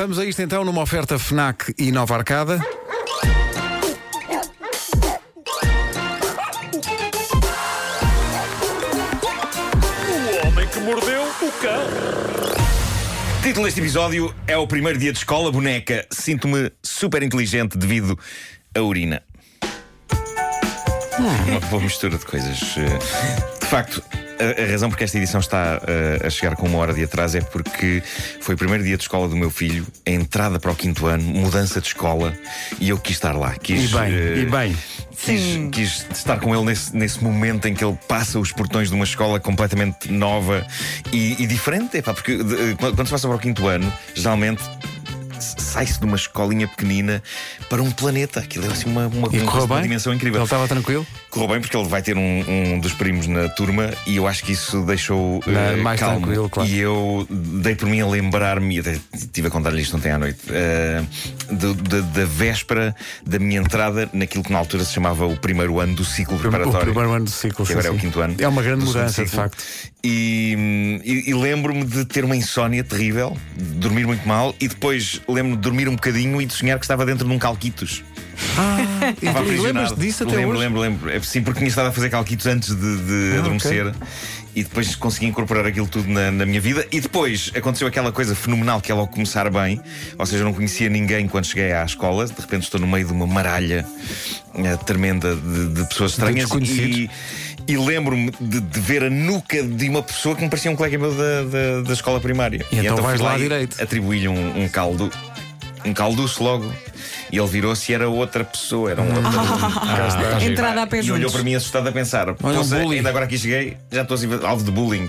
Vamos a isto então numa oferta FNAC e Nova Arcada. O homem que mordeu o cão. Título deste episódio é o primeiro dia de escola, boneca. Sinto-me super inteligente devido à urina. Ah. Uma boa mistura de coisas. eh, De facto, a, a razão porque esta edição está eh, a chegar com uma hora de atraso é porque foi o primeiro dia de escola do meu filho, a entrada para o quinto ano, mudança de escola, e eu quis estar lá. Quis, E bem, eh, e bem. Quis, quis estar com ele nesse, nesse momento em que ele passa os portões de uma escola completamente nova e, e diferente, epá, porque de- eh, quando quando se passa para o quinto ano, geralmente s- sai-se de uma escolinha pequenina para um planeta. Aquilo é assim uma, uma, E uma- correu uma bem? dimensão é incrível. Ele estava tranquilo? Correu bem porque ele vai ter um, um dos primos na turma e eu acho que isso deixou eh, mais calmo. tranquilo, claro. E eu dei por mim a lembrar-me, e até estive a contar-lhe isto ontem à noite, eh, do- da, da véspera da minha entrada naquilo que na altura se chamava o primeiro ano do ciclo O preparatório. primeiro ano do ciclo. que sim, agora é o sim. quinto ano. É uma grande do segundo mudança, de ciclo. facto. E, hum, e- e lembro-me de ter uma insónia terrível, de dormir muito mal, e depois lembro-me de dormir um bocadinho e de sonhar que estava dentro de um calquitos. Ah, E Estava tu- e aprisionado. lembras-te disso até lembro, hoje? Ah, Lembro, lembro, É sim, porque tinha estado a fazer calquitos antes de, de adormecer e depois consegui incorporar aquilo tudo na, na minha vida. E depois aconteceu aquela coisa fenomenal que é logo começar bem, ou seja, eu não conhecia ninguém quando cheguei à escola. De repente estou no meio de uma maralha eh, tremenda de, de pessoas estranhas desconhecidos. e, e lembro-me de, de ver a nuca de uma pessoa que me parecia um colega meu da, da, da escola primária. E então fui vais lá à e direito. Atribuí-lhe um, um caldo. Um calduço logo. E ele virou-se e era outra pessoa, era um outro. Ah, Entrada a pé E olhou juntos. para mim assustado a pensar: "Poça, bullying." ainda agora aqui cheguei, já estou assim, alvo de bullying.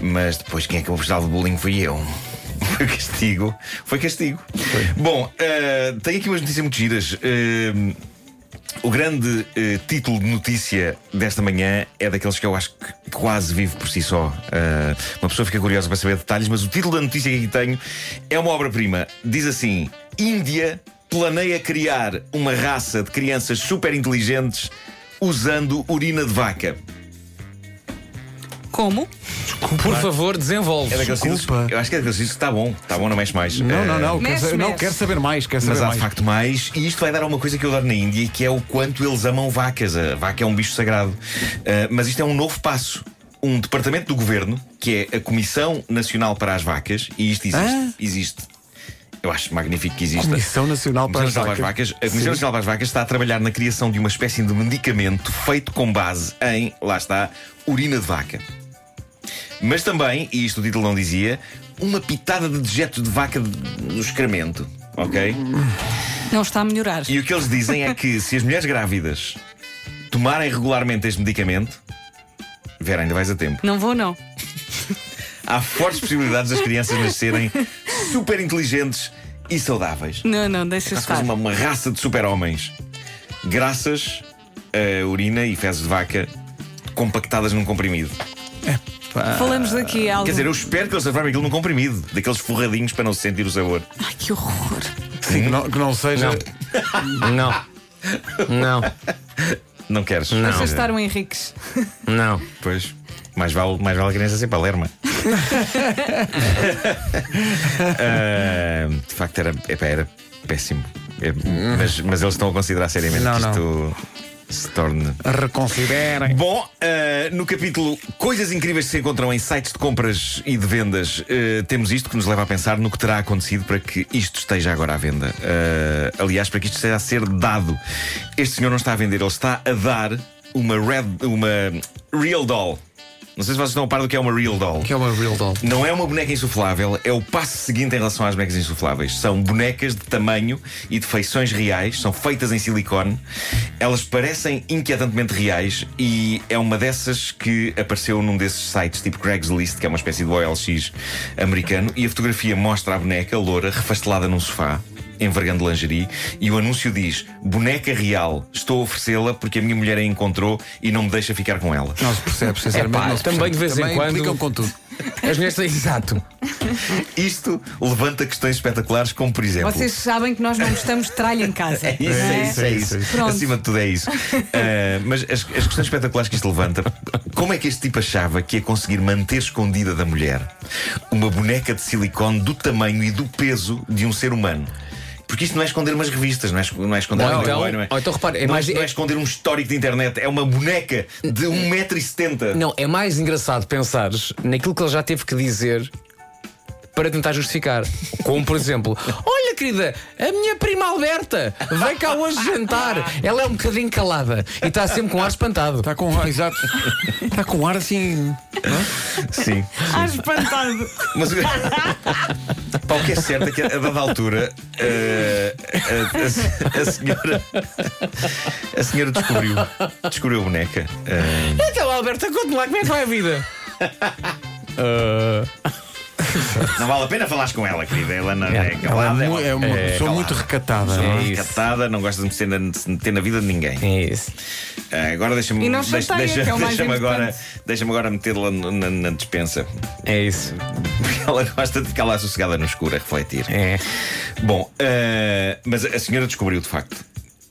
Mas depois quem é acabou por ser alvo de bullying fui eu. Foi castigo. Foi castigo. Bom, ah, tenho aqui umas notícias muito giras. Ah, o grande eh, título de notícia desta manhã é daqueles que eu acho que quase vive por si só. Ah, uma pessoa fica curiosa para saber detalhes, mas o título da notícia que aqui tenho é uma obra-prima. Diz assim: Índia planeia criar uma raça de crianças super inteligentes usando urina de vaca. Como? Por favor, desenvolve. É daqueles títulos- Desculpa. Eu acho que é daqueles títulos que está bom, está bom, não mexe mais. Não, não, Ah, não. Mexe, quero, sa- não mexe. quero saber mais. Quero Mas saber há de mais. facto mais, e isto vai dar a uma coisa que eu adoro na Índia, que é o quanto eles amam vacas. A vaca é um bicho sagrado. Ah, mas isto é um novo passo. Um departamento do governo, que é a Comissão Nacional para as Vacas, e isto existe. existe. Eu acho magnífico que exista. Comissão Nacional para Comissão as Nacional para as Vacas. Vacas. A Comissão Nacional para as Vacas está a trabalhar na criação de uma espécie de medicamento feito com base em, lá está, urina de vaca. Mas também, e isto o título não dizia, uma pitada de dejeto de vaca de- no excremento. Ok? Não está a melhorar. E o que eles dizem é que se as mulheres grávidas tomarem regularmente este medicamento, Vera, ainda vais a tempo. Não vou, não. Há fortes possibilidades das crianças nascerem super inteligentes e saudáveis. Não, não, deixa Quase estar. uma, uma raça de super-homens. Graças a urina e fezes de vaca compactadas num comprimido. Falamos daqui algo. Quer dizer, eu espero que eles transformem aquilo num comprimido, daqueles forradinhos para não se sentir o sabor. Ai, que horror. Sim, que não, que não seja. Não. Não. Não queres? Deixa estar o Henriques. é Não. Pois, mais vale, mais vale a criança ser palerma. Ah, de facto, era, epá, era péssimo. É, mas, mas eles estão a considerar seriamente Não, que não. isto se torne. Reconsiderem. Bom, ah, no capítulo Coisas Incríveis que se encontram em sites de compras e de vendas, ah, temos isto que nos leva a pensar no que terá acontecido para que isto esteja agora à venda. Ah, aliás, para que isto esteja a ser dado. Este senhor não está a vender, ele está a dar uma, red, uma Real Doll. Não sei se vocês estão a par do que é uma Real Doll. Que é uma real doll. Não é uma boneca insuflável, é o passo seguinte em relação às bonecas insufláveis. São bonecas de tamanho e de feições reais, são feitas em silicone, elas parecem inquietantemente reais e é uma dessas que apareceu num desses sites tipo Craigslist, que é uma espécie de OLX americano, e a fotografia mostra a boneca loura refastelada num sofá. Envergando lingerie, e o anúncio diz: Boneca real, estou a oferecê-la porque a minha mulher a encontrou e não me deixa ficar com ela. Não se percebe, sinceramente. Epá, não se também percebe. de vez em Também quando- implicam com tudo. As mulheres têm. Exato. Isto levanta questões espetaculares, como por exemplo. Vocês sabem que nós não gostamos de tralha em casa. É Isso, não é isso, é isso. Pronto. Acima de tudo é isso. Ah, mas as, as questões espetaculares que isto levanta, como é que este tipo achava que ia conseguir manter escondida da mulher uma boneca de silicone do tamanho e do peso de um ser humano? Porque isto não é esconder umas revistas, não é, esc- não é esconder Ou um então- Playboy, não é? ou então, repare, é não, mais- não é esconder um histórico de internet, é uma boneca de 1,70m. Não, é mais engraçado pensares naquilo que ele já teve que dizer para tentar justificar. Como, por exemplo, olha, querida, a minha prima Alberta veio cá hoje jantar. Ela é um bocadinho calada e está sempre com ar espantado. Está Tá com um ar, exato. Está com ar assim. Sim. Ah, espantado. Mas o- Pá, o que é certo é que a dada altura eh, a, a- a senhora a senhora descobriu descobriu a boneca. Eh, Então, Alberta, conta-me lá como é que vai a vida. não vale a pena falares com ela, querida. Ela não é, Ela é, calada, mu- é uma é pessoa calada. muito recatada. não é? isso. Catada, não gosta de meter na, de se meter na vida de ninguém. É isso. Eh, agora deixa-me E não deixa, chateia, que é o mais deixa-me agora, importante. deixa agora metê-la no- na, na dispensa. É isso. Porque ela gosta de ficar lá sossegada no escuro a refletir. É. Bom, eh, mas a senhora descobriu de facto.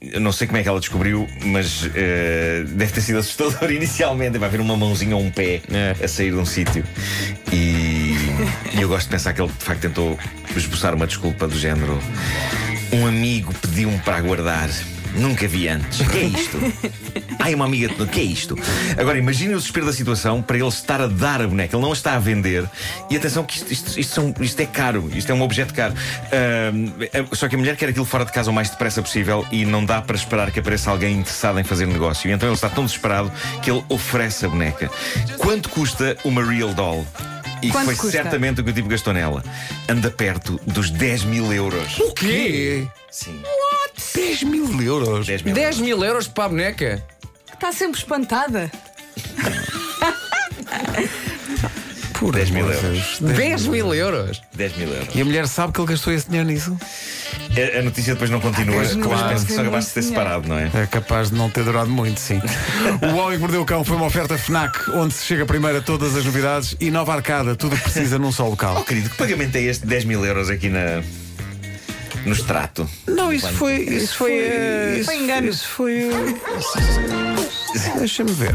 Eu não sei como é que ela descobriu, mas eh, deve ter sido assustador inicialmente. Vai haver uma mãozinha ou um pé É. a sair de um sítio. E, e eu gosto de pensar que ele de facto tentou esboçar uma desculpa do género. Um amigo pediu-me para aguardar. Nunca vi antes. O que é isto? Ai, uma amiga. O que é isto? Agora, imagine o desespero da situação para ele estar a dar a boneca. Ele não a está a vender. E atenção, que isto, isto- isto são- isto é caro. Isto é um objeto caro. Ahm, só que a mulher quer aquilo fora de casa o mais depressa possível e não dá para esperar que apareça alguém interessado em fazer negócio. E então ele está tão desesperado que ele oferece a boneca. Quanto custa uma Real Doll? E Quanto foi custa? certamente o que o tipo gastou nela. Anda perto dos 10 mil euros. O quê? Sim, 10 mil euros. 10 mil 10 mil euros para a boneca? Está sempre espantada. 10 mil euros. 10 mil euros? 10 mil euros. E a mulher sabe que ele gastou esse dinheiro nisso? A, a notícia depois não continua, pois não, mas penso que tem só acabaste muito de ter dinheiro. separado, não é? É capaz de não ter durado muito, sim. o Homem que Mordeu o Cão foi uma oferta FNAC, onde se chega primeiro a todas as novidades e nova arcada, tudo o que precisa num só Oh, local. querido, que pagamento é este de 10 mil euros aqui na, no extrato? Não, isso foi. Isso foi. isso foi engano. Isso foi. Deixa-me ver.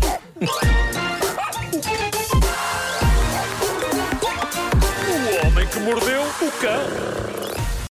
O homem que mordeu o cão.